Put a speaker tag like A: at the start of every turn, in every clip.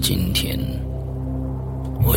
A: 今天。我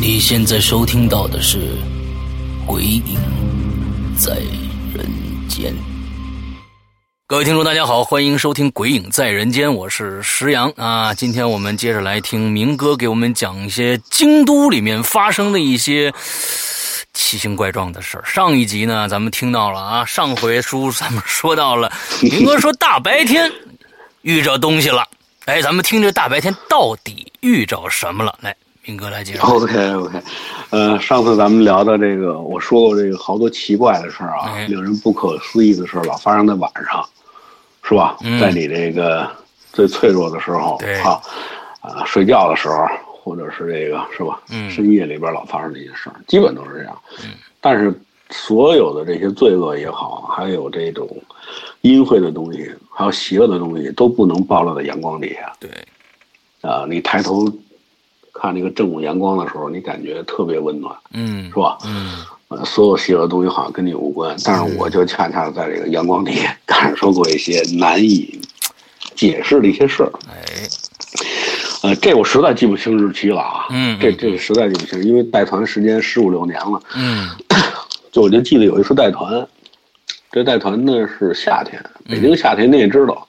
A: 你现在收听到的是《鬼影在人间》。各位听众，大家好，欢迎收听《鬼影在人间》，我是石阳啊。今天我们接着来听明哥给我们讲一些京都里面发生的一些奇形怪状的事儿。上一集呢，咱们听到了啊，上回书咱们说到了，明哥说大白天遇着东西了，哎，咱们听这大白天到底遇着什么了？来。明哥来介 绍。
B: OK OK，呃，上次咱们聊到这个，我说过这个好多奇怪的事儿
A: 哎
B: 啊，令人不可思议的事儿老发生在晚上，是吧？
A: 嗯
B: 在你这个最脆弱的时候，
A: 对
B: 啊，啊，睡觉的时候，或者是这个是吧？
A: 嗯
B: 深夜里边老发生这些事儿，基本都是这样。但是所有的这些罪恶也好，还有这种阴晦的东西，还有邪恶的东西，都不能暴露在阳光底下。
A: 对，
B: 啊，你抬头看那个正午阳光的时候，你感觉特别温暖，
A: 嗯
B: 是，吧？
A: 嗯，
B: 呃，所有邪恶的东西好像跟你无关，但是我就恰恰在这个阳光里感受过一些难以解释的一些事儿。
A: 哎，
B: 呃，这我实在记不清日期了啊，
A: 嗯
B: 这这实在记不清，因为带团时间十五六年了，
A: 嗯
B: 就我就记得有一次带团，这带团呢是夏天，北京夏天你也知道，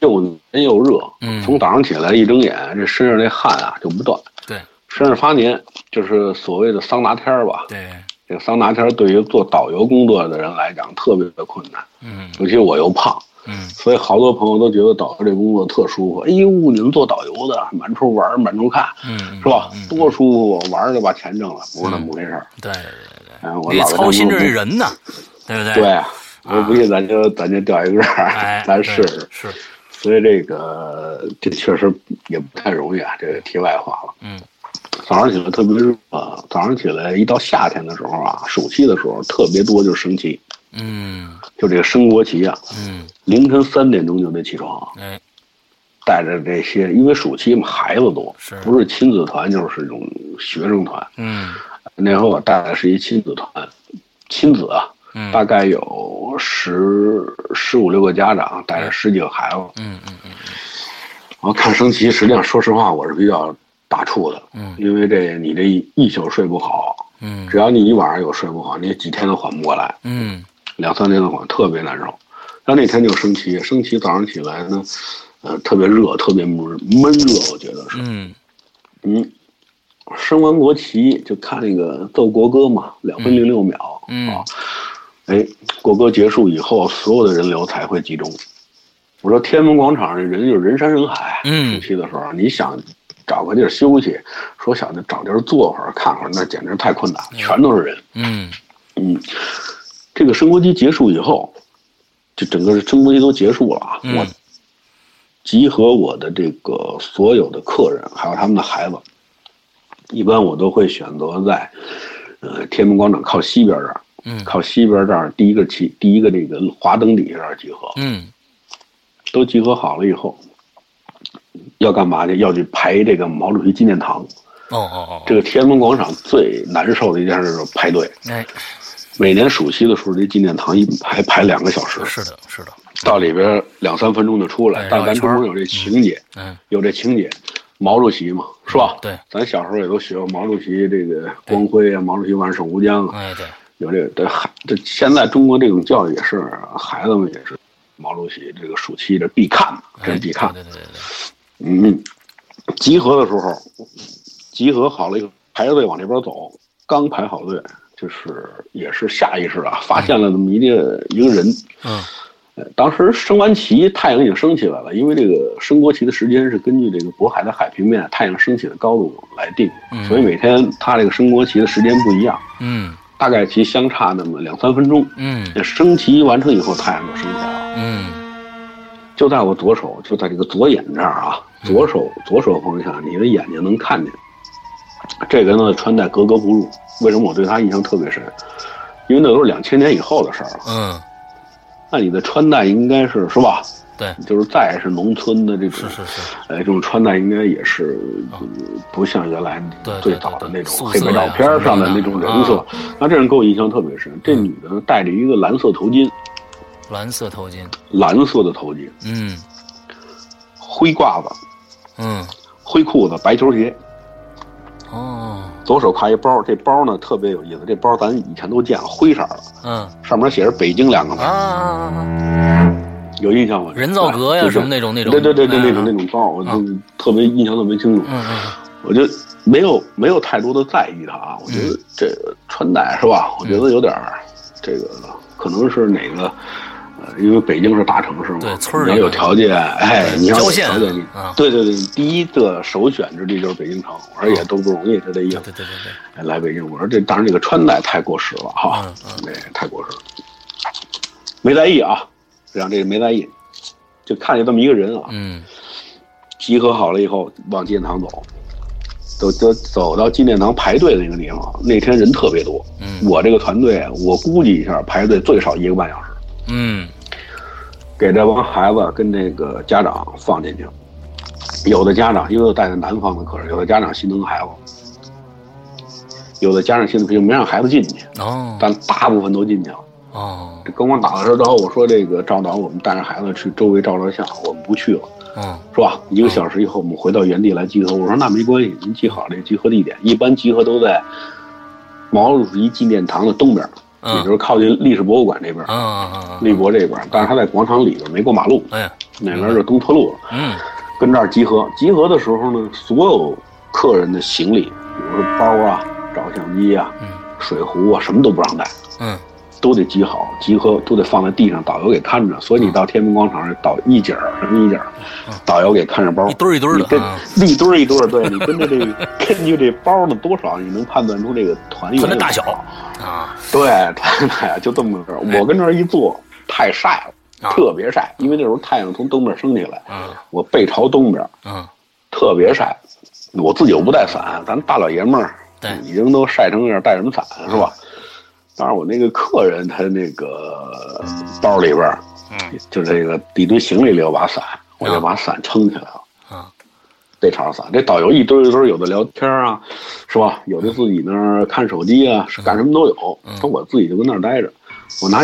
B: 又黏又热，
A: 嗯
B: 从早上起来一睁眼，这身上这汗啊就不断。
A: 对
B: 身上发黏，就是所谓的桑拿天儿吧。
A: 对，
B: 这个桑拿天儿对于做导游工作的人来讲特别的困难，
A: 嗯
B: 尤其我又胖，
A: 嗯
B: 所以好多朋友都觉得导游这工作特舒服。哎呦，你们做导游的满处玩儿满处看，
A: 嗯，
B: 是吧？
A: 嗯，
B: 多舒服，玩儿就把钱挣了，不是那么回事儿。
A: 对对对对，
B: 嗯，我
A: 你
B: 老
A: 操心这
B: 是
A: 人呢，对不对？
B: 对，啊我不信咱就咱就掉一个，
A: 哎，
B: 咱
A: 对
B: 试试。
A: 是，
B: 所以这个这确实也不太容易啊，这个题外话了。
A: 嗯
B: 早上起来特别热，早上起来一到夏天的时候啊，暑期的时候特别多，就是升旗，
A: 嗯
B: 就这个升国旗啊，
A: 嗯，
B: 凌晨三点钟就得起床，
A: 哎，
B: 带着这些，因为暑期嘛孩子多
A: 是，
B: 不是亲子团就是这种学生团。
A: 嗯
B: 那回我带的是一亲子团，亲子啊，
A: 嗯，
B: 大概有十十五六个家长带着十几个孩子，
A: 嗯嗯嗯
B: 然后看升旗。实际上，说实话，我是比较打怵的，
A: 嗯
B: 因为这你这一一宿睡不好，
A: 嗯
B: 只要你一晚上有睡不好，你几天都缓不过来，
A: 嗯
B: 两三天都缓，特别难受。然后那天就升旗，升旗早上起来呢，呃，特别热，特别闷闷热，我觉得是，
A: 嗯
B: 嗯。升完国旗就看那个奏国歌嘛，两分零六秒，
A: 嗯
B: 啊，哎，国歌结束以后，所有的人流才会集中。我说天安门广场这人就是人山人海，
A: 嗯
B: 暑期的时候你想找个地儿休息，说想找地儿坐会儿看会儿，那简直太困难，全都是人。
A: 嗯
B: 嗯，这个升国旗结束以后，就整个升国旗都结束了啊，
A: 嗯
B: 我集合我的这个所有的客人，还有他们的孩子，一般我都会选择在呃天安门广场靠西边这儿。
A: 嗯
B: 靠西边这儿第一个起第一个这个华灯底下这儿集合，
A: 嗯
B: 都集合好了以后，要干嘛去？要去排这个毛主席纪念堂。
A: 哦哦
B: 这
A: 哦，
B: 个天安门广场最难受的一件事就是排队。
A: 哎，
B: 每年暑期的时候，这纪念堂一排排两个小时，
A: 是的，是的，
B: 到里边两三分钟就出来
A: 对。
B: 但
A: 哎绕
B: 咱
A: 一圈
B: 中
A: 儿
B: 国有这情节，
A: 嗯，
B: 有这情节，毛主席嘛，是吧？
A: 对，
B: 咱小时候也都学过毛主席这个光辉啊，毛主席万寿无疆啊，
A: 哎对，
B: 有这个，这孩这现在中国这种教育也是，孩子们也是，毛主席这个暑期这必看，这
A: 哎
B: 是必看。
A: 对对对对对，
B: 嗯，集合的时候，集合好了以后排着队往这边走，刚排好队，就是也是下意识啊，发现了这么一个一个人。
A: 嗯
B: 呃当时升完旗，太阳已经升起来了，因为这个升国旗的时间是根据这个渤海的海平面、太阳升起的高度来定
A: 嗯，
B: 所以每天它这个升国旗的时间不一样，
A: 嗯
B: 大概其相差那么两三分钟。
A: 嗯
B: 这升旗完成以后，太阳就升起来了，
A: 嗯
B: 就在我左手，就在这个左眼这儿啊，左手左手方向，你的眼睛能看见。这个呢，穿戴格格不入。为什么我对他印象特别深？因为那都是两千年以后的事儿了。
A: 嗯，
B: 那你的穿戴应该是是吧？
A: 对，
B: 就是再是农村的这
A: 是，
B: 种
A: 是是，
B: 呃，这种穿戴应该也是
A: 啊
B: 嗯不像原来
A: 对对
B: 最早的
A: 对
B: 那
A: 素
B: 种黑白
A: 色
B: 照
A: 呀
B: 片
A: 什么
B: 上的
A: 的
B: 那种人
A: 啊
B: 设。那这人给我印象特别深。这
A: 嗯
B: 女的呢戴着一个蓝色头巾，
A: 蓝色头巾，
B: 蓝色的头巾，
A: 嗯
B: 灰褂子，
A: 嗯
B: 灰裤子，白球鞋，
A: 哦
B: 左手挎一包，这包呢特别有意思，这包咱以前都见过，灰色的，
A: 嗯
B: 上面写着北京两个
A: 啊
B: 字，
A: 啊啊。
B: 有印象吗？
A: 人造革呀什么那种那种，
B: 那对对对对，
A: 哎
B: 那种那，种包，我就特别印象特别清楚，
A: 嗯嗯
B: 我就没有没有太多的在意它啊，我觉得这个穿戴是
A: 嗯
B: 吧？我觉得有点儿这个可能是哪个。呃，因为北京是大城市嘛，
A: 对村儿
B: 你要
A: 里
B: 有
A: 的
B: 条件，哎，你要有
A: 郊县
B: 条件，你
A: 啊
B: 对对对，第一个首选之地就是北京城，我说也哎都不容易，这这意
A: 嗯，
B: 思
A: 对。对对对对，
B: 来北京，我说这当然这个穿戴太过时了哈
A: 嗯，嗯
B: 那、太过时了，没在意啊，实际上这个没在意，就看见这么一个人啊，
A: 嗯
B: 集合好了以后往纪念堂走，走走走到纪念堂排队的那个地方，那天人特别多，
A: 嗯
B: 我这个团队我估计一下排队最少一个半小时，
A: 嗯
B: 给这帮孩子跟这个家长放进去，有的家长因为我带着南方的客人，有的家长心疼孩子，有的家长心疼就没让孩子进去。
A: 哦
B: 但大部分都进去了。
A: 哦
B: 跟我打了车之后，我说这个赵导，我们带着孩子去周围照照相，我们不去了，
A: 哦
B: 是吧？啊一个小时以后，我们回到原地来集合。我说那没关系，您记好这集合地点，一般集合都在毛主席纪念堂的东边，也就
A: 嗯
B: 是靠近历史博物馆这边
A: 啊，啊啊，
B: 立国这边。但是他在广场里边没过马路，
A: 哎呀，
B: 那边就东特路了。
A: 嗯
B: 跟这儿集合，集合的时候呢，所有客人的行李，比如说包啊、照相机啊、
A: 嗯
B: 水壶啊，什么都不让带。
A: 嗯
B: 都得集好，集合都得放在地上，导游给看着。所以
A: 嗯
B: 你到天安门广场，导一景儿什么一景儿，导游给看着包，
A: 一堆儿一堆儿的
B: 你跟
A: 啊
B: 一堆儿一堆儿，对你跟着这个根据这包的多少，你能判断出这个团员
A: 团的
B: 有
A: 大小
B: 多少
A: 啊，
B: 对，太太就这么个事儿。我跟这儿一坐，太晒了，
A: 啊
B: 特别晒，因为那时候太阳从东边升起来，
A: 嗯
B: 我背朝东边，
A: 嗯，
B: 特别晒。我自己又不带伞，咱大老爷们儿
A: 对嗯
B: 已经都晒成这样，带什么伞是吧？当然，我那个客人他那个包里边儿，
A: 嗯
B: 就这个一堆行李里有把伞，我就把伞撑起来了。
A: 啊
B: 背朝伞，这导游一堆一堆，有的聊天啊，是吧？有的自己那儿看手机啊，
A: 嗯
B: 是干什么都有。那我自己就跟那儿待着，我拿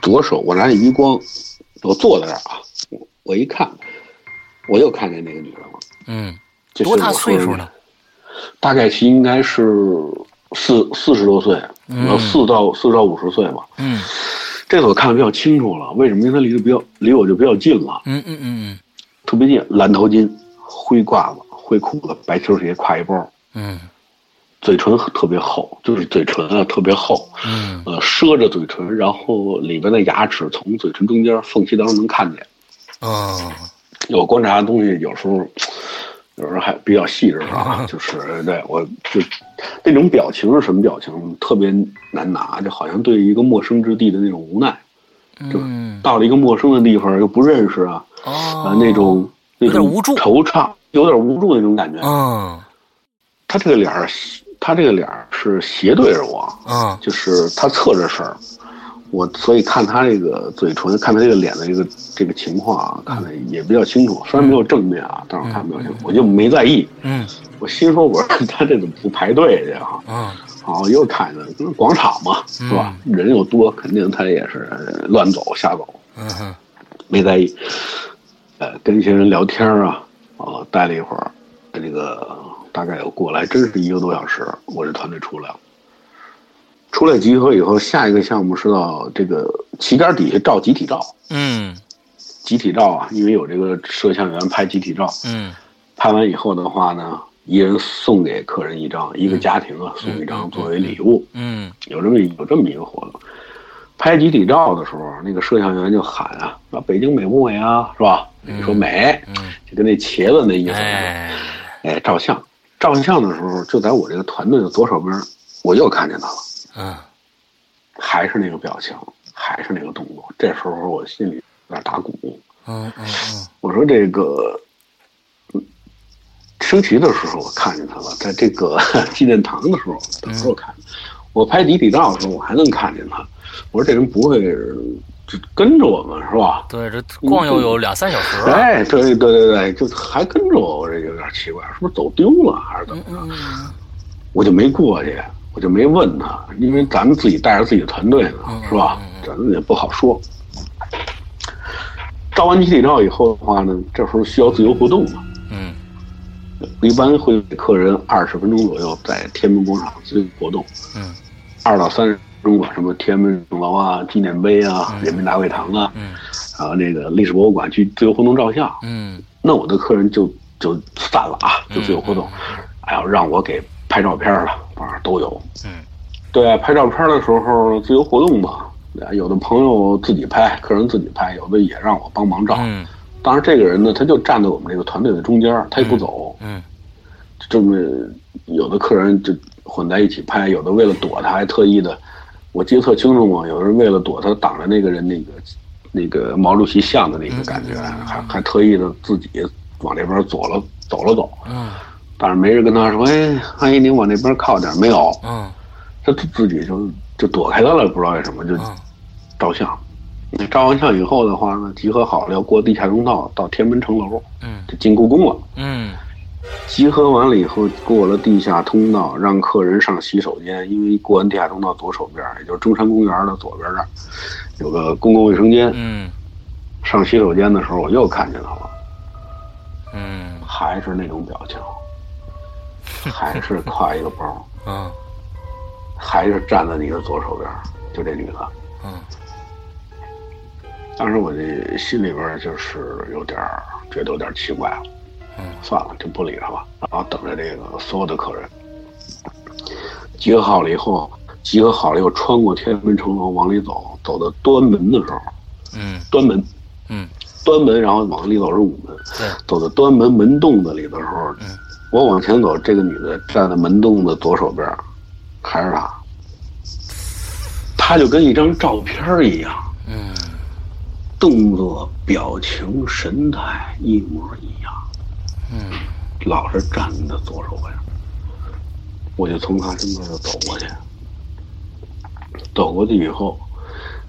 B: 左手，我拿余光，我坐在那儿啊，我我一看，我又看见那个女人了。
A: 嗯，
B: 这是
A: 多大
B: 我说的
A: 岁数呢？？
B: 大概其应该是四四十多岁，
A: 嗯
B: 呃四到四到五十岁吧。
A: 嗯
B: 这次我看的比较清楚了，为什么？因为她离得比较离我就比较近了，
A: 嗯嗯嗯
B: 特别近。蓝头巾、灰褂子、灰裤子、白球鞋，挎一包，
A: 嗯
B: 嘴唇特别厚，就是嘴唇啊特别厚，
A: 嗯
B: 呃，遮着嘴唇，然后里边的牙齿从嘴唇中间缝隙当中能看见。
A: 嗯
B: 我观察的东西有时候，有时候还比较细致 啊，就是对我就那种表情是什么表情，特别难拿，就好像对一个陌生之地的那种无奈。
A: 嗯，
B: 到了一个陌生的地方又不认识啊，啊、
A: 哦，
B: 那种那
A: 有点
B: 种
A: 无助
B: 惆怅，有点无助那种感觉。
A: 嗯
B: 他这个脸儿，他这个脸儿是斜对着我，
A: 嗯
B: 就是他侧着身儿，我所以看他这个嘴唇，看他这个脸的这个这个情况啊，看的也比较清楚。虽然没有正面啊，但是我看比较清楚，我就没在意。
A: 嗯
B: 我心说，我说他这怎么不排队去哈、
A: 嗯
B: 然后又看见就是广场嘛，是吧？人又多，肯定他也是呃乱走瞎走，
A: 嗯
B: 没在意。呃，跟一些人聊天啊，啊，待了一会儿，这个大概有过来，真是一个多小时，我这团队出来了。出来集合以后，下一个项目是到这个旗杆底下照集体照，
A: 嗯
B: 集体照啊，因为有这个摄像员拍集体照，
A: 嗯
B: 拍完以后的话呢，一人送给客人一张，一个家庭啊送一张作为礼物，
A: 嗯
B: 有这么一有这么一个活动。拍集体照的时候，那个摄像员就喊啊，说北京美不美啊，是吧？你说美，
A: 嗯，
B: 就跟那茄子那意思似的。
A: 哎，
B: 哎，照相，照相的时候就在我这个团队的左手边，我又看见他了，
A: 嗯
B: 还是那个表情，还是那个动作。这时候我心里有点打鼓，
A: 嗯嗯嗯
B: 我说这个嗯升旗的时候我看见他了，在这个 纪念堂的时候，等时候看，我拍集体照的时候我还能看见他。我说这人不会就跟着我们是吧？
A: 对，这逛悠悠两三小时，
B: 哎，对对对对，就还跟着我，我这有点奇怪，是不是走丢了还是怎么
A: 嗯
B: 着？
A: 嗯嗯
B: 我就没过去，我就没问他，因为咱们自己带着自己的团队呢，
A: 嗯
B: 是吧
A: 嗯？
B: 咱们也不好说。照完集体照以后的话呢，这时候需要自由活动嘛，
A: 嗯
B: 一般会给客人二十分钟左右在天安门广场自由活动，
A: 嗯
B: 二到三十分钟吧，什么天安门钟楼啊、纪念碑啊、人民大会堂啊，
A: 嗯
B: 然后那个历史博物馆去自由活动照相。
A: 嗯
B: 那我的客人就就散了啊，就自由活动。哎呀，让我给拍照片了，反正都有。
A: 嗯
B: 对，啊拍照片的时候自由活动嘛，对啊有的朋友自己拍，客人自己拍，有的也让我帮忙照。
A: 嗯
B: 当然，这个人呢，他就站在我们这个团队的中间儿，他也不走，
A: 嗯
B: 就这么有的客人就混在一起拍，有的为了躲他还特意的，我记得特清楚嘛，有的人为了躲他挡着那个人那个那个毛主席像的那个感觉，还还特意的自己往那边走了走了走，
A: 嗯
B: 但是没人跟他说，哎，阿姨您往那边靠点儿，没有，
A: 嗯
B: 他自自己就就躲开他了，不知道为什么就
A: 嗯
B: 照相。照完相以后的话呢，集合好了要过地下通道到天安门城楼，
A: 嗯
B: 就进故宫了。
A: 嗯
B: 集合完了以后，过了地下通道，让客人上洗手间，因为过完地下通道左手边，也就是中山公园的左边这儿，有个公共卫生间。
A: 嗯
B: 上洗手间的时候，我又看见他了，
A: 嗯
B: 还是那种表情，还是挎一个包，
A: 嗯
B: 还是站在你的左手边，就这女的。
A: 嗯
B: 当时我这心里边就是有点儿觉得有点儿奇怪了，
A: 嗯
B: 算了，就不理他吧。然后等着这个所有的客人集合好了以后，集合好了以后，穿过天安门城楼往里走，走到端门的时候，
A: 嗯
B: 端门
A: 嗯，
B: 端门，然后往里走是午门，
A: 对，
B: 走到端门门洞子里的时候，
A: 嗯
B: 我往前走，这个女的站在门洞的左手边，还是她，她就跟一张照片儿一样，
A: 嗯
B: 动作、表情、神态一模一样，
A: 嗯
B: 老是站在左手边。我就从她身边就走过去，走过去以后，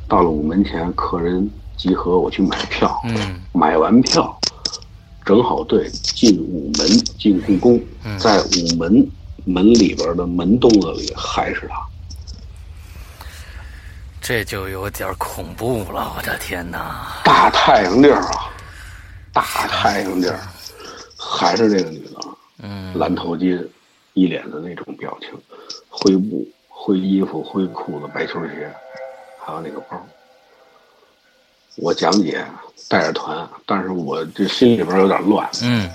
B: 到了午门前，客人集合，我去买票，
A: 嗯
B: 买完票，整好队进午门，进故宫
A: 嗯，
B: 在午门门里边的门洞子里还是他。
A: 这就有点恐怖了，我的天哪！
B: 大太阳地儿啊，大太阳地儿，还是这个女的，
A: 嗯
B: 蓝头巾，一脸的那种表情，灰布、灰衣服、灰裤子、白球鞋，还有那个包。我讲解带着团，但是我这心里边有点乱，
A: 嗯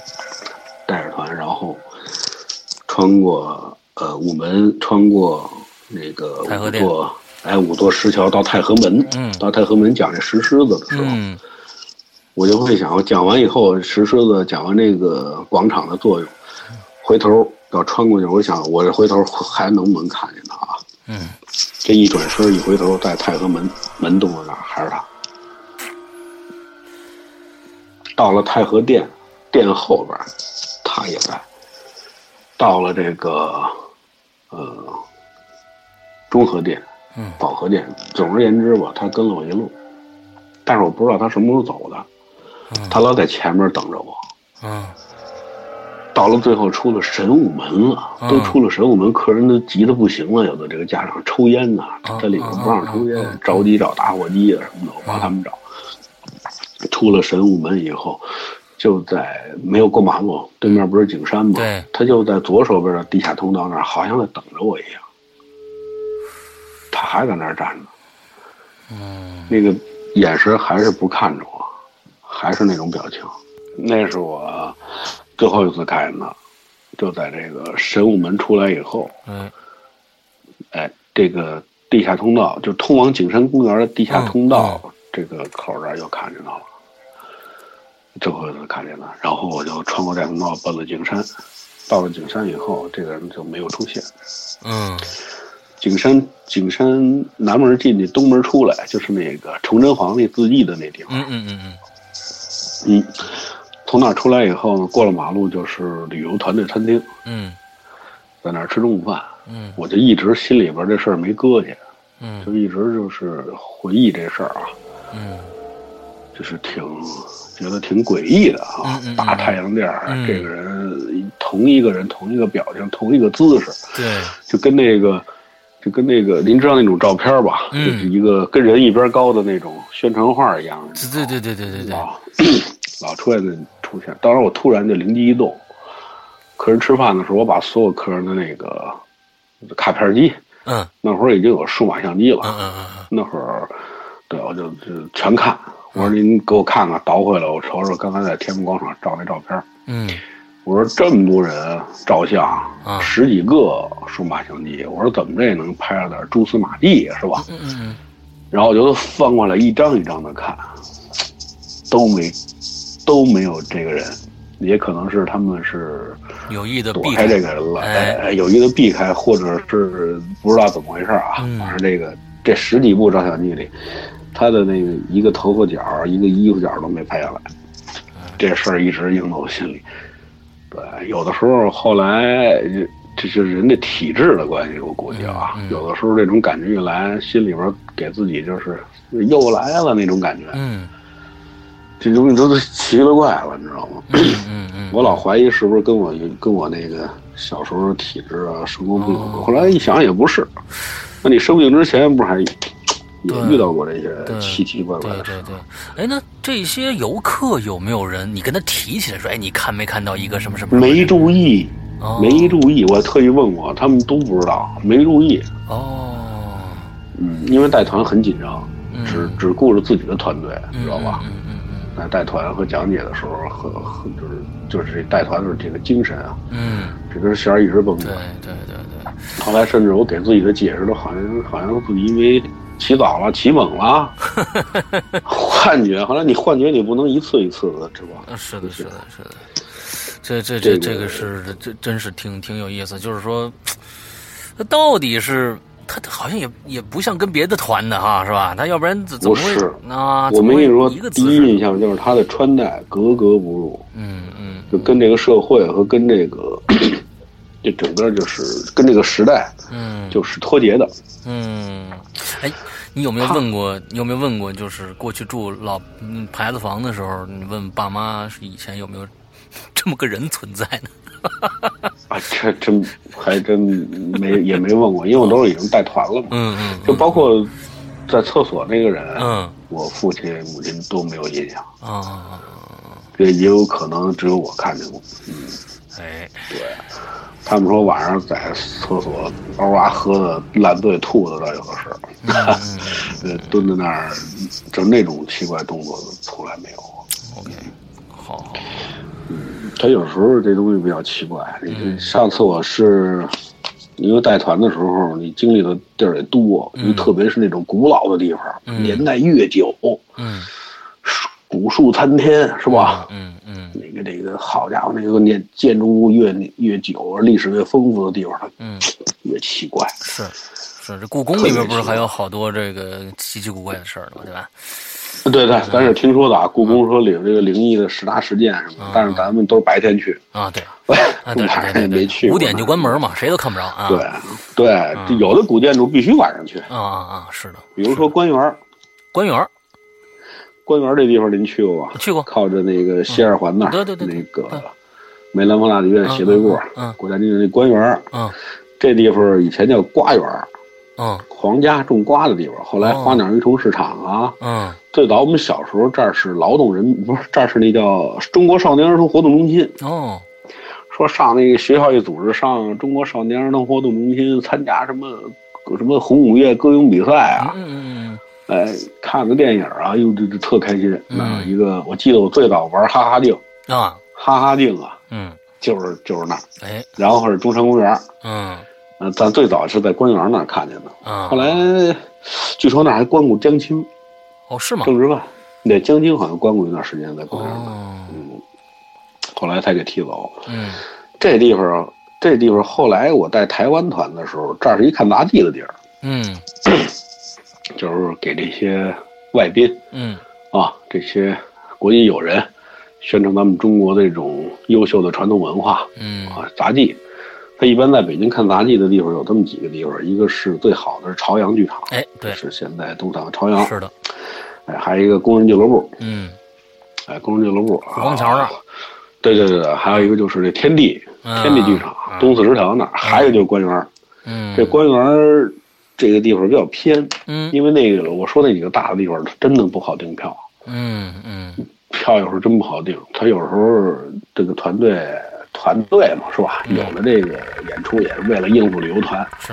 B: 带着团，然后穿过呃午门，穿过那个
A: 太和
B: 五
A: 殿
B: 座，哎五座石桥到太和门，
A: 嗯
B: 到太和门讲这石狮子的时候，
A: 嗯
B: 我就会想，我讲完以后，石狮子讲完这个广场的作用，回头要穿过去，我想我这回头还能不能看见他啊？
A: 嗯，
B: 这一转身一回头，在太和门门洞的那儿还是他。到了太和殿，殿后边儿，他也在。到了这个，呃，中和殿，
A: 嗯
B: 保和殿，总而言之吧，他跟了我一路，但是我不知道他什么时候走的，
A: 嗯
B: 他老在前面等着我。
A: 嗯
B: 到了最后出了神武门了，
A: 嗯
B: 都出了神武门，客人都急得不行了。有的这个家长抽烟呐、
A: 嗯
B: 在里头不让抽
A: 嗯
B: 烟
A: 嗯嗯，
B: 着急找打火机啊什么的，我帮他们找。出了神武门以后，就在没有过马路，对面不是景山吗
A: 对？
B: 他就在左手边的地下通道那儿，好像在等着我一样。他还在那儿站着，
A: 嗯
B: 那个眼神还是不看着我，还是那种表情。那是我最后一次看见他，就在这个神武门出来以后，
A: 嗯
B: 哎，这个地下通道就通往景山公园的地下通道、
A: 嗯
B: 这个口儿这儿又看见他了，最后一次看见他。然后我就穿过大通道奔了景山，到了景山以后，这个人就没有出现。
A: 嗯
B: 景山景山南门进去，东门出来，就是那个崇祯皇帝自缢的那地方。
A: 嗯嗯嗯
B: 嗯，从那儿出来以后呢，过了马路就是旅游团队餐厅，
A: 嗯
B: 在那儿吃中午饭。
A: 嗯
B: 我就一直心里边这事儿没搁下，
A: 嗯
B: 就一直就是回忆这事儿啊，
A: 嗯
B: 就是挺觉得挺诡异的啊。
A: 嗯嗯嗯
B: 大太阳地儿，
A: 嗯
B: 这个人同一个人，同一个表情，同一个姿势，
A: 对，
B: 就跟那个。就跟那个您知道那种照片吧，
A: 嗯
B: 就是一个跟人一边高的那种宣传画一样的，
A: 对对对对对对对，
B: 老老出现的出现。当时我突然就灵机一动，客人吃饭的时候，我把所有客人的那个卡片机，
A: 嗯
B: 那会儿已经有数码相机了，
A: 嗯嗯
B: 那会儿对我就就全看。我说您给我看看，倒回来我瞅瞅刚才在天安门广场照那照片。
A: 嗯
B: 我说这么多人照相，
A: 啊
B: 十几个数码相机，我说怎么这也能拍着点蛛丝马迹是吧？
A: 嗯嗯
B: 然后我就翻过来一张一张的看，都没都没有这个人，也可能是他们是
A: 嗯，有意的
B: 躲
A: 避
B: 开
A: 开
B: 这个人了，
A: 哎
B: 哎，有意的避开，或者是不知道怎么回事啊。
A: 嗯
B: 反正这个这十几部照相机里，他的那个一个头发角、一个衣服角都没拍下来，
A: 嗯
B: 这事儿一直萦在我心里。对，有的时候后来这就是人的体质的关系，我估计啊，
A: 嗯嗯
B: 有的时候这种感觉一来，心里边给自己就是又来了那种感觉，
A: 嗯
B: 这东西都是奇了怪了，你知道吗？
A: 嗯嗯嗯，
B: 我老怀疑是不是跟我跟我那个小时候体质啊、生活不有关。
A: 哦
B: 后来一想也不是，那你生病之前不是还也遇到过这
A: 对
B: 些奇奇怪怪
A: 对
B: 的事
A: 对
B: 儿？
A: 对，哎，那这些游客有没有人你跟他提起来说，哎，你看没看到一个什么什么？
B: 没注意，
A: 哦
B: 没注意，我特意问过，他们都不知道，没注意。
A: 哦，
B: 嗯，因为带团很紧张，
A: 嗯
B: 只只顾着自己的团队，知道吧？
A: 嗯嗯嗯
B: 在带团和讲解的时候，很很就是就是这带团的这个精神啊，
A: 嗯，
B: 这根弦儿一直绷
A: 对
B: 着。
A: 对对对，
B: 后来甚至我给自己的解释都好像好像自己因为起早了、起 猛了，幻觉。后来你幻觉你不能一次一次的，是吧？
A: 啊是的，是
B: 是
A: 的，是的，这这这
B: 这个
A: 这个是这真是挺挺有意思，就是说，他到底是他他好像也也不像跟别的团的哈，是吧？他要不然怎怎么会
B: 不是
A: 啊？
B: 我
A: 怎么
B: 们跟
A: 会
B: 你说
A: 一，个
B: 第
A: 姿
B: 一
A: 势，
B: 印象就是他的穿戴格格不入，
A: 嗯嗯
B: 就跟这个社会和跟这个，这整个就是跟这个时代
A: 嗯
B: 就是脱节的。
A: 嗯，哎，你有没有问过？你有没有问过？就是过去住老嗯牌子房的时候，你问爸妈是以前有没有这么个人存在呢？
B: 啊，这真还真没也没问过，因为我都是已经带团了嘛，
A: 嗯嗯
B: 就包括在厕所那个人，
A: 嗯
B: 我父亲母亲都没有印象，
A: 啊啊，
B: 这也有可能只有我看见过。
A: 哎，
B: 他们说晚上在厕所嗷哇喝的烂醉吐的倒有的是，
A: 嗯
B: 呃，蹲在那儿，就那种奇怪动作从来没有过。
A: OK，好好，
B: 他有时候这东西比较奇怪。
A: 嗯
B: 你上次我是因为带团的时候，你经历的地儿也多，
A: 嗯
B: 你特别是那种古老的地方，
A: 嗯
B: 年代越久，
A: 嗯
B: 古树参天，是吧？
A: 嗯嗯
B: 那个这个，好家伙，那个建建筑物越越久，历史越丰富的地方，它
A: 嗯，
B: 越奇怪。
A: 是是，这故宫里面不是还有好多这个奇奇古怪的事儿呢，对吧？
B: 对对，咱是听说的啊，故宫说里有这个灵异的十大事件什
A: 嗯
B: 么的，但是咱们都是白天去，
A: 啊，对，啊对
B: 晚
A: 对
B: 上也
A: 对
B: 没去
A: 对，
B: 过。
A: 五点就关门嘛，谁都看不着啊。
B: 对对，这有的古建筑必须晚上去，
A: 啊啊啊，是的，
B: 比如说官园儿。
A: 官园儿
B: 官园这地方您去过吧？
A: 去过
B: 靠着那个西二环那儿，
A: 嗯对对对对
B: 那个梅兰芳大剧院斜对过，
A: 嗯嗯嗯
B: 国家军的那官园，
A: 嗯
B: 这地方以前叫瓜园，
A: 嗯
B: 皇家种瓜的地方，后来
A: 哦
B: 花鸟鱼虫市场啊。
A: 嗯，
B: 最早我们小时候这儿是劳动人， 不是这儿是那叫中国少年儿童活动中心。
A: 哦，
B: 说上那个学校一组织上中国少年儿童活动中心参加什么什么红五月歌咏比赛啊，
A: 嗯嗯嗯
B: 哎，看个电影啊，哟，这这特开心。
A: 嗯
B: 买了一个，我记得我最早玩哈哈镜，
A: 嗯啊，
B: 哈哈镜啊，
A: 嗯，
B: 就是就是那儿，
A: 哎，
B: 然后是中山公园，
A: 嗯
B: 嗯、咱最早是在官园那儿看见的，
A: 啊，
B: 后来据说那儿还关过江青，
A: 哦是吗？
B: 正值吧？那江青好像关过一段时间在官园呢，
A: 哦，
B: 后来才给踢走。
A: 嗯
B: 这地方，这地方后来我带台湾团的时候，这儿是一看杂技的地儿，
A: 嗯
B: 就是给这些外宾
A: 嗯
B: 啊，这些国际友人，宣传咱们中国的这种优秀的传统文化
A: 嗯
B: 啊，杂技。他一般在北京看杂技的地方有这么几个地方，一个是最好的是朝阳剧场，
A: 哎对，
B: 是现在东厂朝阳，
A: 是的，
B: 哎，还有一个工人俱乐部，
A: 嗯，
B: 哎，工人俱乐部，虎
A: 虎坊桥那儿，
B: 对对对对，还有一个就是这天地，
A: 啊
B: 天地剧场，
A: 啊
B: 东四食堂那儿，还有就是官园儿，
A: 嗯，
B: 这官园儿这个地方比较偏，
A: 嗯
B: 因为那个我说那几个大的地方真的不好订票，
A: 嗯嗯
B: 票有时候真不好定，他有时候这个团队团队嘛，是
A: 嗯
B: 吧？有的这个演出也是为了应付旅游团，
A: 是，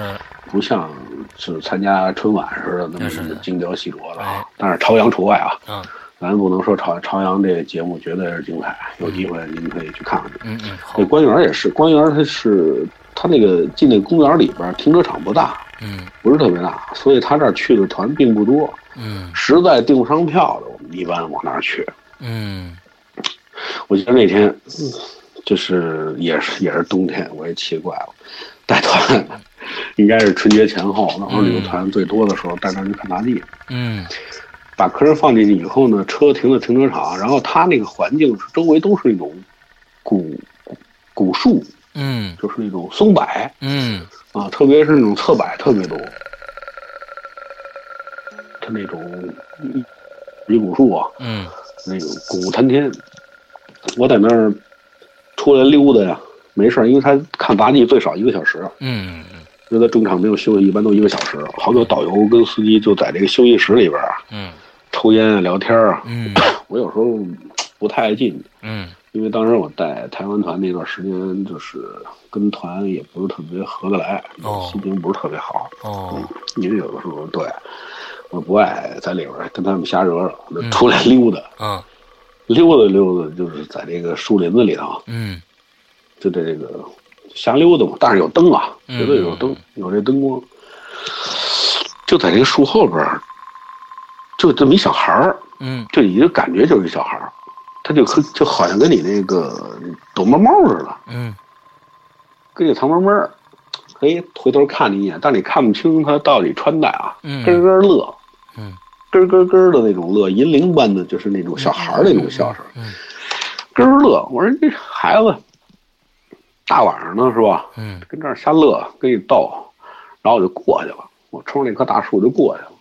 B: 不像是参加春晚似的那
A: 是
B: 么
A: 的
B: 精雕细琢的
A: 哎
B: 啊。但是朝阳除外啊，
A: 嗯
B: 咱不能说朝朝阳这节目绝对是精彩，有机会您可以去看看去。
A: 嗯嗯好
B: 这，官园也是，官园它是它那个进那公园里边停车场不大，
A: 嗯
B: 不是特别大，所以他这儿去的团并不多。
A: 嗯
B: 实在订不上票的，我们一般往那儿去。
A: 嗯
B: 我记得那天，嗯就是也是也是冬天，我也奇怪了，带团 应该是春节前后，那时候旅游团最多的时候，带团去看大地，
A: 嗯
B: 把客人放进去以后呢，车停在停车场，然后它那个环境是周围都是那种古古古树，
A: 嗯
B: 就是那种松柏
A: 嗯
B: 啊，特别是那种侧柏特别多，它那种嗯一古树啊，
A: 嗯
B: 那个古古谈天，我在那儿出来溜达呀，没事儿，因为他看杂技最少一个小时，
A: 嗯
B: 因为他中场没有休息，一般都一个小时。好多导游跟司机就在这个休息室里边儿啊
A: 嗯
B: 抽烟啊、聊天儿啊。
A: 嗯
B: 我有时候不太爱进去，
A: 嗯
B: 因为当时我带台湾团那段时间，就是跟团也不是特别合得来
A: 哦，
B: 心情不是特别好。
A: 哦
B: 因为有的时候对我不爱在里边儿跟他们瞎惹惹，我就
A: 嗯
B: 出来溜达。
A: 啊
B: 溜达溜达，就是在这个树林子里头，
C: 嗯
B: 就在这个瞎溜达嘛。但是有灯啊，
C: 嗯
B: 绝对有灯，有这灯光。就在这个树后边儿，就这么一小孩儿，
C: 嗯
B: 就你就感觉就是一小孩儿，他就可就好像跟你那个躲猫猫似的，
C: 嗯
B: 跟你藏猫猫儿，哎，回头看你一眼，但你看不清他到底穿戴啊，
C: 嗯
B: 咯咯乐，
C: 嗯，
B: 咯咯咯的那种乐，银铃般的就是那种小孩儿那种笑声，
C: 嗯
B: 咯咯乐。我说这孩子大晚上呢是吧，
C: 嗯
B: 跟这儿瞎乐，跟你逗，然后我就过去了，我冲着那棵大树就过去了。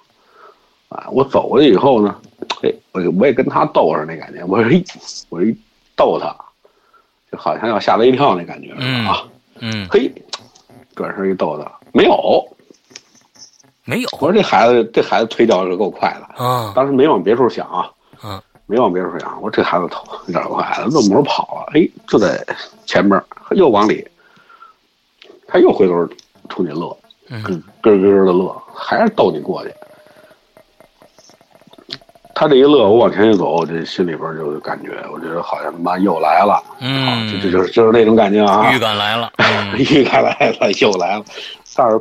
B: 啊，我走过去以后呢，哎，我就我也跟他逗上那感觉，我说嘿我一逗他，就好像要吓他一跳那感觉似的啊。
C: 嗯，
B: 嘿，转身一逗他，没有。
C: 没有
B: 我说这孩子，这孩子腿脚是够快的，
C: 啊
B: 当时没往别处想啊，
C: 啊
B: 没往别处想。我说这孩子头有点快，他怎么跑了？哎，就在前边儿，又往里，他又回头冲你乐，
C: 嗯
B: 咯咯咯的乐，还是逗你过去。他这一乐，我往前一走，我这心里边儿就感觉，我觉得好像他妈又来了，
C: 嗯，
B: 就就就是就是那种感觉啊，
C: 预感来了， 嗯
B: 又来了，又来了，但是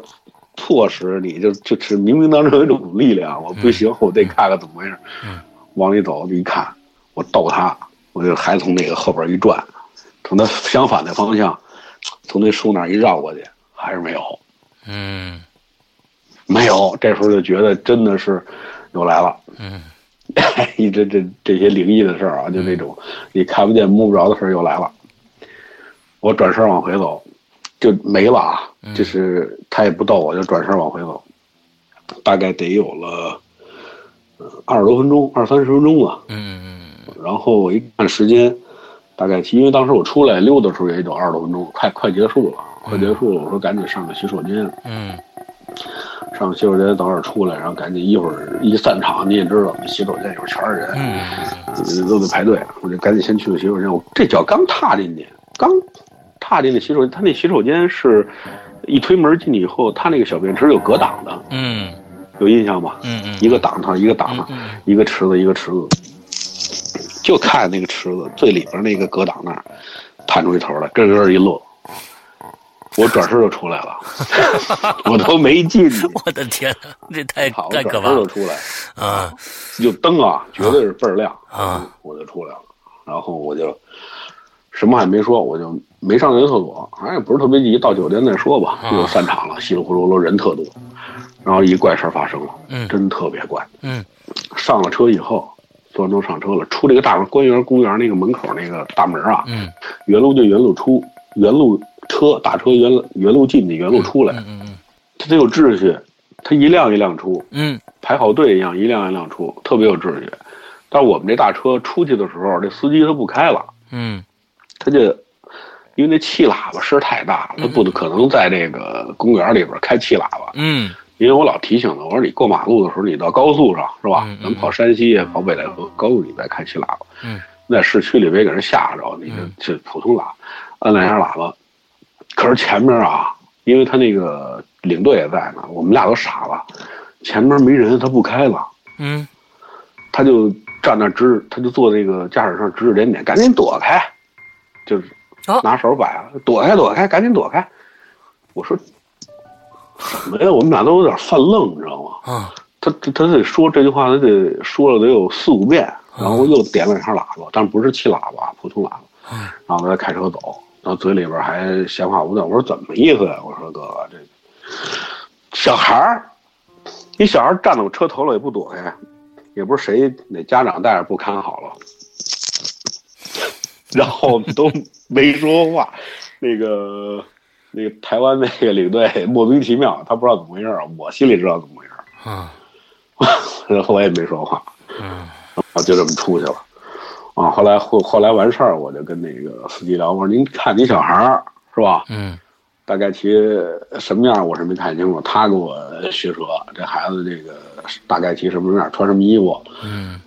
B: 迫使你就就是冥冥当中有一种力量，我不行，我得看看怎么回事。
C: 嗯
B: 往里走一看，我逗他，我就还从那个后边一转，从他相反的方向，从那树那儿一绕过去，还是没有，
C: 嗯
B: 没有。这时候就觉得真的是又来了。
C: 嗯
B: 一这这这些灵异的事儿啊，就那种你看不见摸不着的事儿又来了。我转身往回走，就没了啊！就是他也不逗我，就转身往回走，大概得有了呃二十多分钟，二三十分钟吧。
C: 嗯嗯
B: 然后我一看时间，大概因为当时我出来溜达的时候也就二十多分钟，快快结束了，啊快结束了。我说赶紧上个洗手间，
C: 嗯
B: 上洗手间等会儿出来，然后赶紧一会儿一散场，你也知道，洗手间有全是人，
C: 嗯
B: 都得排队，我就赶紧先去个洗手间。我这脚刚踏进去，刚踏进那洗手间，他那洗手间是一推门进去以后，他那个小便池有隔挡的，
C: 嗯
B: 有印象吧？
C: 嗯
B: 一个挡上，一个挡上，
C: 嗯
B: 一个池子，一个池子，就看那个池子最里边那个隔挡那儿探出一头来，咯咯一乐。我转身就出来了，我都没进去，
C: 我的天呐，这太
B: 好，
C: 太
B: 我
C: 可
B: 转
C: 怕
B: 身就
C: 了
B: 出来。
C: 啊！
B: 有灯啊，绝对是倍儿亮嗯
C: 啊！
B: 我就出来了，然后我就什么也没说，我就没上人厕所，好像也不是特别急，到酒店再说吧。
C: 啊
B: 又散场了，稀里糊涂人特多，然后一怪事儿发生了，
C: 嗯
B: 真特别怪。
C: 嗯
B: 上了车以后，坐都上车了，出这个大门，官园公园那个门口那个大门啊，
C: 嗯
B: 原路就原路出，原路车打车原原路进去，原路出来，
C: 嗯嗯
B: 它得有秩序，它一辆一辆出，
C: 嗯
B: 排好队一样，一辆一辆出，特别有秩序。但是我们这大车出去的时候，这司机他不开了，
C: 嗯
B: 他就因为那气喇叭声太大了，他不可能在这个公园里边开气喇叭。
C: 嗯
B: 因为我老提醒他，我说你过马路的时候，你到高速上是吧
C: 嗯嗯？
B: 咱跑山西啊也跑北戴河，高速里边开气喇叭。
C: 嗯
B: 在市区里别给人吓着，你
C: 嗯
B: 这这普通喇叭，摁了一下喇叭。可是前面啊，因为他那个领队也在呢，我们俩都傻了，前面没人，他不开了。
C: 嗯
B: 他就站那儿指，他就坐那个驾驶上指指点点，赶紧躲开，就是
C: 啊
B: 拿手摆了，躲开，躲开，赶紧躲开。我说什么呀？我们俩都有点犯愣，你知道吗？
C: 啊
B: 他他他得说这句话，他得说了得有四五遍，然后又点了一下喇叭，但不是气喇叭，普通喇叭，然后他开车走，然后嘴里边还闲话不断。我说怎么意思呀？我说哥哥，这小孩儿，你小孩儿站在我车头了也不躲开，也不是谁哪家长带着不看好了，然后我们都没说话，那个。那个台湾那个领队莫名其妙，他不知道怎么回事儿，我心里知道怎么回事儿。
C: 啊
B: 然后我也没说话，
C: 嗯
B: 我就这么出去了。啊，后来后后来完事儿，我就跟那个司机聊，我说您看你小孩儿是吧？
C: 嗯
B: 大概其什么样儿我是没看清楚，他给我学舌，这孩子这个大概其什么样儿，穿什么衣服
C: 嗯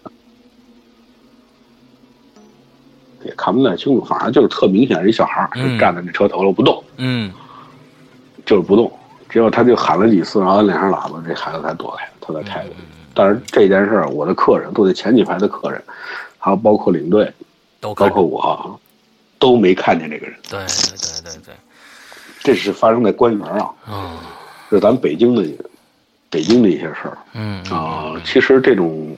B: 也看不太清楚，反正就是特明显是一小孩儿，就
C: 嗯
B: 站在那车头了不动，
C: 嗯
B: 就是不动。结果他就喊了几次，然后两声喇叭，
C: 嗯
B: 这孩子才躲开，他才开的。但是这件事儿，我的客人坐在前几排的客人，还有包括领队，
C: 都
B: 包
C: 看
B: 括我，啊都没看见这个人。
C: 对对对对对，
B: 这是发生在官员啊，
C: 嗯
B: 这是咱北京的北京的一些事儿
C: 嗯嗯
B: 啊。其实这种，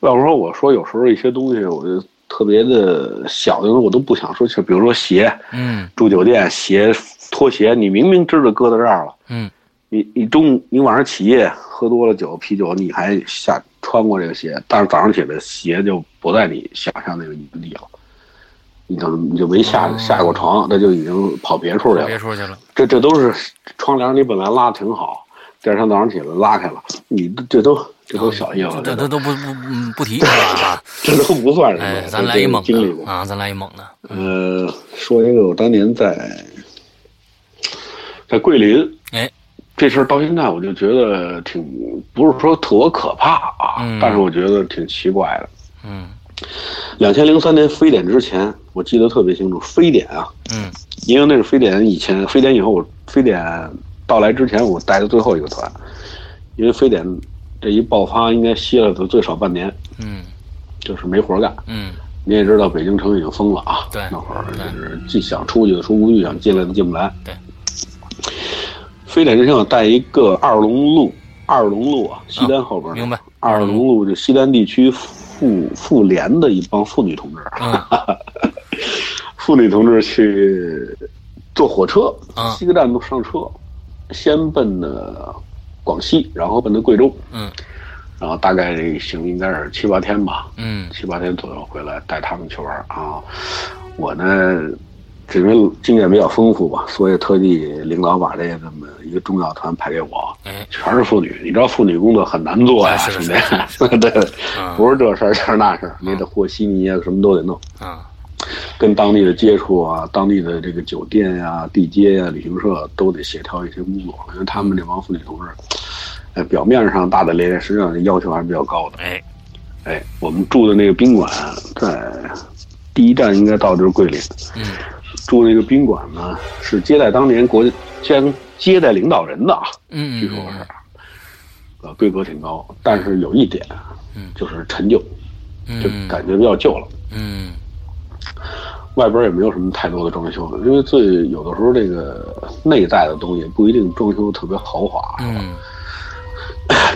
B: 要不说我说有时候一些东西，我就特别的小的我都不想说，就比如说鞋，
C: 嗯
B: 住酒店鞋拖鞋，你明明知道搁在这儿了。
C: 嗯
B: 你你中午你晚上起夜喝多了酒啤酒，你还下穿过这个鞋，但是早上起来鞋就不在你想象那个椅子里了，你可能你就没下、
C: 哦
B: 下过床，那就已经跑别处去
C: 别
B: 了。
C: 出去了，
B: 这这都是窗帘，你本来拉的挺好，第二天早上起来拉开了，你这都这都小意思，
C: 这
B: 这
C: 这都不不嗯不提 啊！
B: 这都不算什么。
C: 哎，咱来一猛
B: 这都嗯经历过
C: 的啊，咱来一猛的，
B: 呃，说一个我当年在在桂林，
C: 哎，
B: 这事儿到现在我就觉得挺不是说特可怕啊，
C: 嗯
B: 但是我觉得挺奇怪的。
C: 嗯
B: 两千零三年非典之前，我记得特别清楚，非典啊，
C: 嗯
B: 因为那是非典以前，非典以后我非典到来之前，我带的最后一个团，因为非典这一爆发，应该歇了最少半年，
C: 嗯
B: 就是没活儿干。
C: 嗯
B: 你也知道，北京城已经封了啊。
C: 对
B: 那会儿
C: 对
B: 就是既想出去的出不去，想进来的进不来。
C: 对，
B: 非典之前我带一个二龙路，二龙路啊，西单后边、
C: 明白。
B: 二龙路就西单地区妇妇联的一帮妇女同志，啊
C: 嗯
B: 妇女同志去坐火车
C: 嗯，
B: 七个站都上车，先奔的广西，然后奔的贵州，
C: 嗯
B: 然后大概这一行应该是七八天吧。
C: 嗯
B: 七八天左右回来带他们去玩儿啊。我呢，这边经验比较丰富吧，所以特地领导把这这么一个重要团派给我，
C: 哎
B: 全是妇女。你知道妇女工作很难做呀，
C: 哎是
B: 兄
C: 是
B: 弟
C: 是，
B: 对，
C: 嗯
B: 不是这事儿就是那事儿，你得和稀泥啊，什么都得弄。
C: 啊
B: 跟当地的接触啊，当地的这个酒店呀、地接呀、旅行社都得协调一些工作，因为他们这帮妇女同志，呃，表面上大大咧咧，实际上要求还是比较高的。
C: 哎
B: 哎，我们住的那个宾馆在第一站应该到的就是桂林，
C: 嗯
B: 住那个宾馆呢是接待当年国家接接待领导人的啊，
C: 嗯
B: 据说是，呃，规格挺高，但是有一点，
C: 嗯
B: 就是陈旧，就
C: 嗯
B: 感觉比较旧了，
C: 嗯
B: 外边也没有什么太多的装修，因为最有的时候这个内在的东西不一定装修特别豪华，
C: 嗯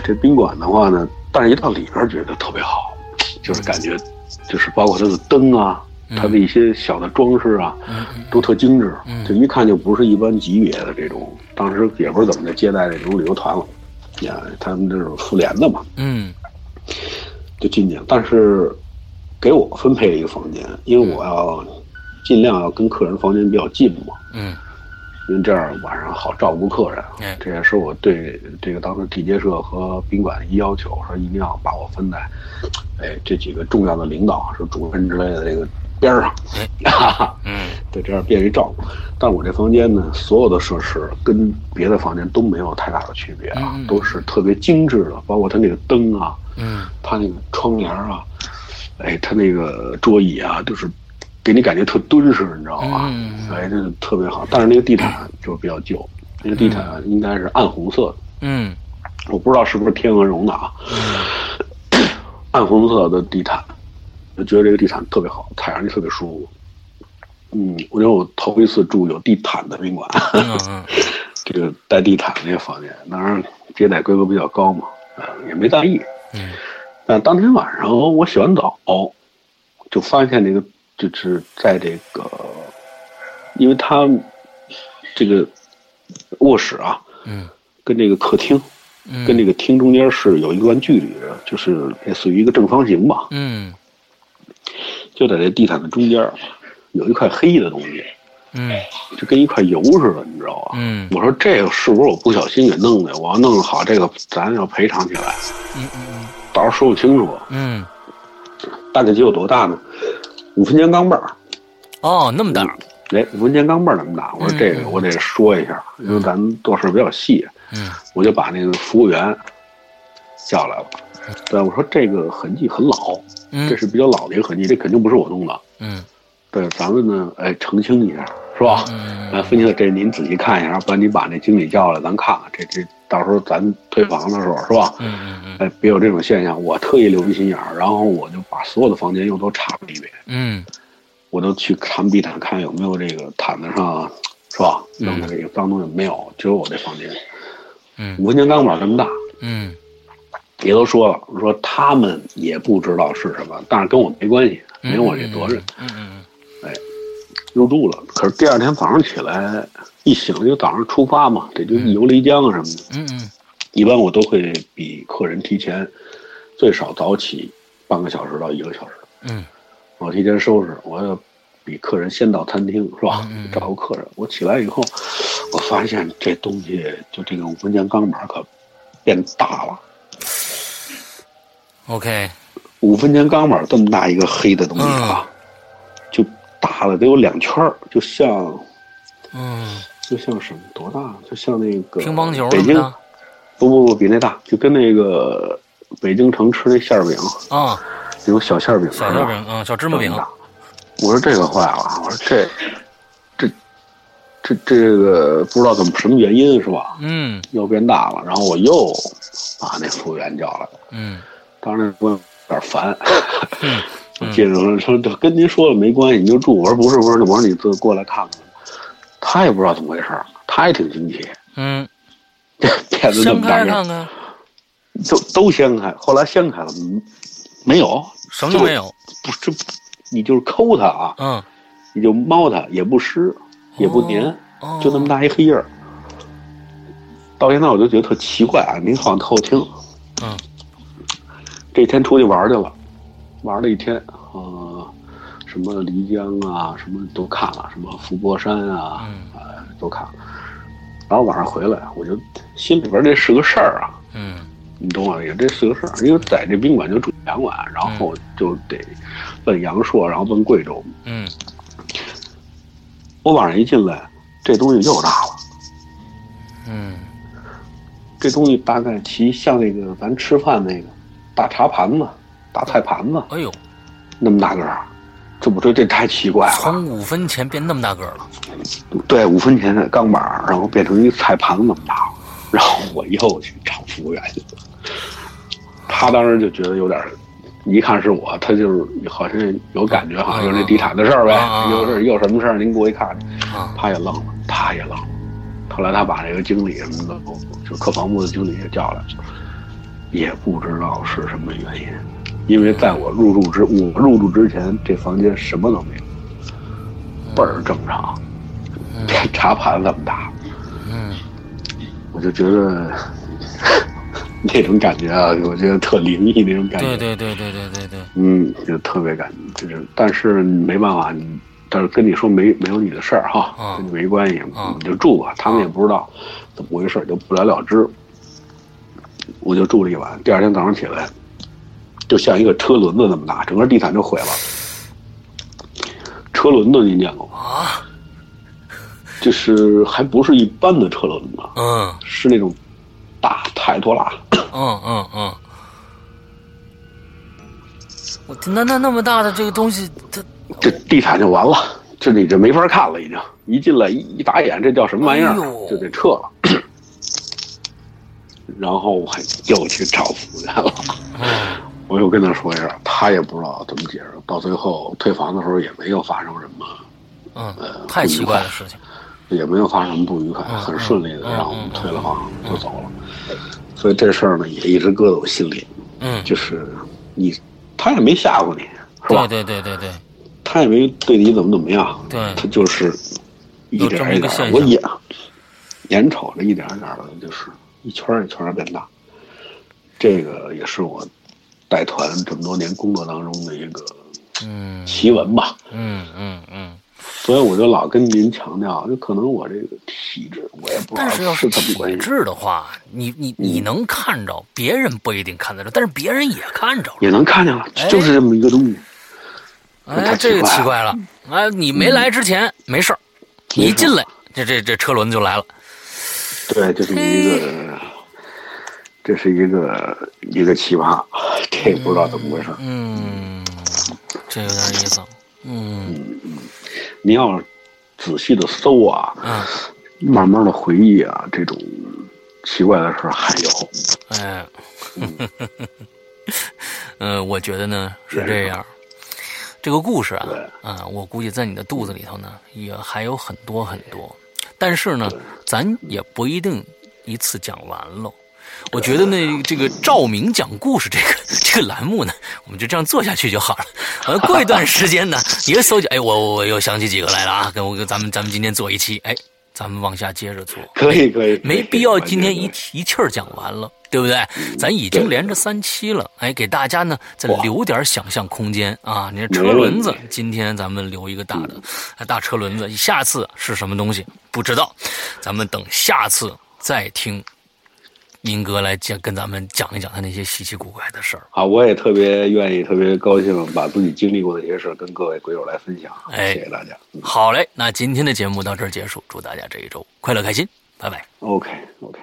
B: 这宾馆的话呢，但是一到里边儿觉得特别好，就是感觉，就是包括它的灯啊，
C: 嗯
B: 它的一些小的装饰啊，
C: 嗯
B: 都特精致
C: 嗯，
B: 就一看就不是一般级别的这种。当时也不知道怎么的接待这种旅游团了，呀，他们这种妇联的嘛，
C: 嗯
B: 就进去了。但是给我分配了一个房间，因为我要尽量要跟客人房间比较近嘛，
C: 嗯
B: 因为这样晚上好照顾客人。啊
C: 哎
B: 这也是我对这个当时地接社和宾馆的一要求，说一定要把我分在，哎，这几个重要的领导，是主任之类的这个边儿上，
C: 嗯
B: 对，这样便于照顾。但我这房间呢，所有的设施跟别的房间都没有太大的区别啊，
C: 嗯嗯
B: 都是特别精致的，包括它那个灯啊，
C: 嗯
B: 它那个窗帘啊，哎，它那个桌椅啊，就是给你感觉特敦实，你知道吧？
C: 嗯嗯嗯
B: 哎，这特别好。但是那个地毯就比较旧，那个地毯应该是暗红色的，
C: 嗯
B: 我不知道是不是天鹅绒的啊， 暗红色的地毯，我觉得这个地毯特别好，踩上去特别舒服。嗯，我觉得我头一次住有地毯的宾馆，
C: 嗯
B: 这个带地毯那个房间，当然接待规格比较高嘛，啊、也没在意。
C: 嗯
B: 但当天晚上我洗完澡，就发现这个就是在这个，因为它这个卧室啊，
C: 嗯
B: 跟这个客厅
C: 嗯
B: 跟这个厅中间是有一段距离的，就是类似于一个正方形吧，
C: 嗯
B: 就在这地毯的中间儿有一块黑的东西，
C: 嗯
B: 就跟一块油似的，你知道吧？
C: 嗯
B: 我说这个是不是我不小心给弄的？我要弄好这个，咱要赔偿起来，
C: 嗯嗯
B: 到时候说不清楚。
C: 嗯
B: 大概得有多大呢？五分钱钢镚儿，
C: 哦，那么大，
B: 哎，五分钱钢镚儿那么大。我说这个我得说一下，因为咱们做事比较细，
C: 嗯
B: 我就把那个服务员叫来了。对，我说这个痕迹很老，
C: 嗯
B: 这是比较老的一个痕迹，这肯定不是我弄的。
C: 嗯
B: 对，咱们呢，哎，澄清一下，是吧？呃
C: 嗯
B: 来，分析的这您仔细看一下，不然你把那经理叫来，咱看看这这到时候咱退房的时候是吧？
C: 嗯嗯嗯
B: 哎，别有这种现象。我特意留一心眼儿，然后我就把所有的房间又都查了一遍，
C: 嗯
B: 我都去看地毯，看有没有这个毯子上是吧扔的这个脏东西没有，只有我这房间
C: 嗯
B: 五分钱钢管这么大，
C: 嗯
B: 也都说了，说他们也不知道是什么，但是跟我没关系，没有我这责任。。
C: 嗯嗯
B: 入住了，可是第二天早上起来一醒就早上出发嘛，得就游漓江啊什么的。
C: 嗯嗯
B: 一般我都会比客人提前最少早起半个小时到一个小时，
C: 嗯
B: 我提前收拾，我要比客人先到餐厅是吧
C: 嗯嗯嗯？
B: 找个客人，我起来以后，我发现这东西就这个五分钱钢板可变大了。
C: ，OK，
B: 五分钱钢板这么大一个黑的东西啊，就大了得有两圈儿，就像
C: 嗯，
B: 就像什么多大？啊就像那个
C: 乒乓球
B: 北
C: 什么
B: 京
C: 的
B: 不不不比那大，就跟那个北京城吃那馅儿饼
C: 啊，
B: 那种小馅儿饼，
C: 小馅饼啊，小芝
B: 这
C: 麻
B: 么
C: 饼，
B: 大。我说这个坏了，我说这这这这个不知道怎么什么原因是吧？
C: 嗯
B: 又变大了，然后我又把那服务员叫来了，
C: 嗯
B: 当时那服务员有点烦。
C: 嗯
B: 我 接着说说跟您说了没关系，您就住。我说不是不是，我说你自过来看看。他也不知道怎么回事儿，他也挺惊奇，
C: 嗯，
B: 骗子那
C: 掀
B: 么大
C: 开
B: 个儿
C: 看，看，
B: 都都掀开，后来掀开了，嗯没有，
C: 什么都没有。
B: 不是，你就是抠它啊，
C: 嗯，
B: 你就猫它，也不湿，也不粘，
C: 哦，
B: 就那么大一黑印儿。到现在我就觉得特奇怪啊，您好像偷听。
C: 嗯，
B: 这天出去玩去了，玩了一天，呃，什么漓江啊，什么都看了，什么伏波山啊，
C: 嗯
B: 呃，都看了。然后晚上回来，我就心里边这是个事儿啊，
C: 嗯
B: 你懂我意思，这是个事儿，因为在这宾馆就住两晚，然后就得问阳朔，然后问贵州。
C: 嗯
B: 我晚上一进来，这东西又大了，
C: 嗯
B: 这东西大概其像那个咱吃饭那个大茶盘子、大菜盘子
C: 哎呦，
B: 那么大个儿，这我说这太奇怪了。
C: 从五分钱变那么大个儿了。
B: 对，五分钱的钢板儿，然后变成一个菜盘子那么大了，然后我又去找服务员去了。他当时就觉得有点儿，一看是我，他就是好像有感觉，好像有这地毯的事儿呗
C: 啊啊啊，
B: 有事有什么事儿您过去看看。
C: 啊，
B: 他也愣了，他也愣了。后来他把这个经理什么的，就客房部的经理也叫来了，也不知道是什么原因，因为在我入住之我入住之前，这房间什么都没有，
C: 嗯
B: 倍儿正常，茶盘这么大，
C: 嗯
B: 我就觉得 那种感觉啊，我觉得特灵异那种感觉。
C: 对对对对对对对，
B: 嗯，就特别感，就是，但是没办法，你但是跟你说没没有你的事儿哈，
C: 啊
B: 跟你没关系，
C: 啊
B: 你就住吧。他们也不知道怎么回事，就不了了之。我就住了一晚，第二天早上起来，就像一个车轮子那么大，整个地毯就毁了。车轮子你见过吗？
C: 啊，
B: 就是还不是一般的车轮子，
C: 嗯
B: 是那种大泰多拉。
C: 嗯嗯嗯。我那那那么大的这个东西，它
B: 这地毯就完了，这你这没法看了，已经一进来一一打眼，这叫什么玩意儿
C: 哎呦，
B: 就得撤了。然后我还又去找服务员了，
C: 嗯
B: 我又跟他说一声，他也不知道怎么解释。到最后退房的时候也没有发生什么，
C: 嗯，太奇怪的事情。
B: 也没有发生什么不愉快，
C: 嗯
B: 很顺利的
C: 嗯
B: 让我们退了房就走了。所以这事儿呢也一直搁在我心里，
C: 嗯，
B: 就是你他也没吓唬你，是吧
C: 对？对对对对，
B: 他也没对你怎么怎么样，
C: 对
B: 他就是一点儿
C: 有这么一
B: 一
C: 个
B: 点
C: 现
B: 儿，
C: 象
B: 我眼眼瞅着一点儿一点儿的，就是一圈儿一圈儿地变大。这个也是我带团这么多年工作当中的一个
C: 嗯
B: 奇闻吧，
C: 嗯嗯嗯。
B: 所以我就老跟您强调，就可能我这个体质，我也不知
C: 但是要
B: 道
C: 是
B: 怎么嗯
C: 体
B: 关系，
C: 质的话，你你你能看着，别人不一定看得着，但是别人也看着了。
B: 也能看见了
C: 哎，
B: 就是这么一个东西。
C: 哎，
B: 太
C: 这个奇
B: 奇啊嗯
C: 怪了。哎，你没来之前没事儿，
B: 没事儿
C: 一进来这这这车轮子就来了。
B: 对，这是一个，这是一个一个奇葩，这也不知道怎么回事儿。
C: 嗯，这有点意思。嗯
B: 您要仔细的搜啊，
C: 嗯
B: 慢慢的回忆啊，这种奇怪的事儿还有，
A: 哎， 嗯，我觉得呢是这样。这个故事啊，啊，我估计在你的肚子里头呢，也还有很多很多。但是呢，咱也不一定一次讲完了。我觉得呢，这个照明讲故事这个这个栏目呢，我们就这样做下去就好了。呃，过一段时间呢，也搜集，哎，我我我又想起几个来了啊，跟我跟咱们咱们今天做一期，哎，咱们往下接着做。
B: 可以可以，可以
A: 没必要
B: 完全
A: 今天一
B: 可以
A: 一气儿讲完了，对不对？咱已经连着三期了，哎，给大家呢再留点想象空间啊！你这车轮子
B: 没问，
A: 今天咱们留一个大的，哎大车轮子，下次是什么东西不知道，咱们等下次再听明哥来讲，跟咱们讲一讲他那些稀奇古怪的事儿。
B: 啊，我也特别愿意，特别高兴把自己经历过的一些事儿跟各位鬼友来分享，
A: 哎
B: 谢谢大家。嗯
A: 好嘞，那今天的节目到这儿结束，祝大家这一周快乐开心，拜拜。
B: OK OK。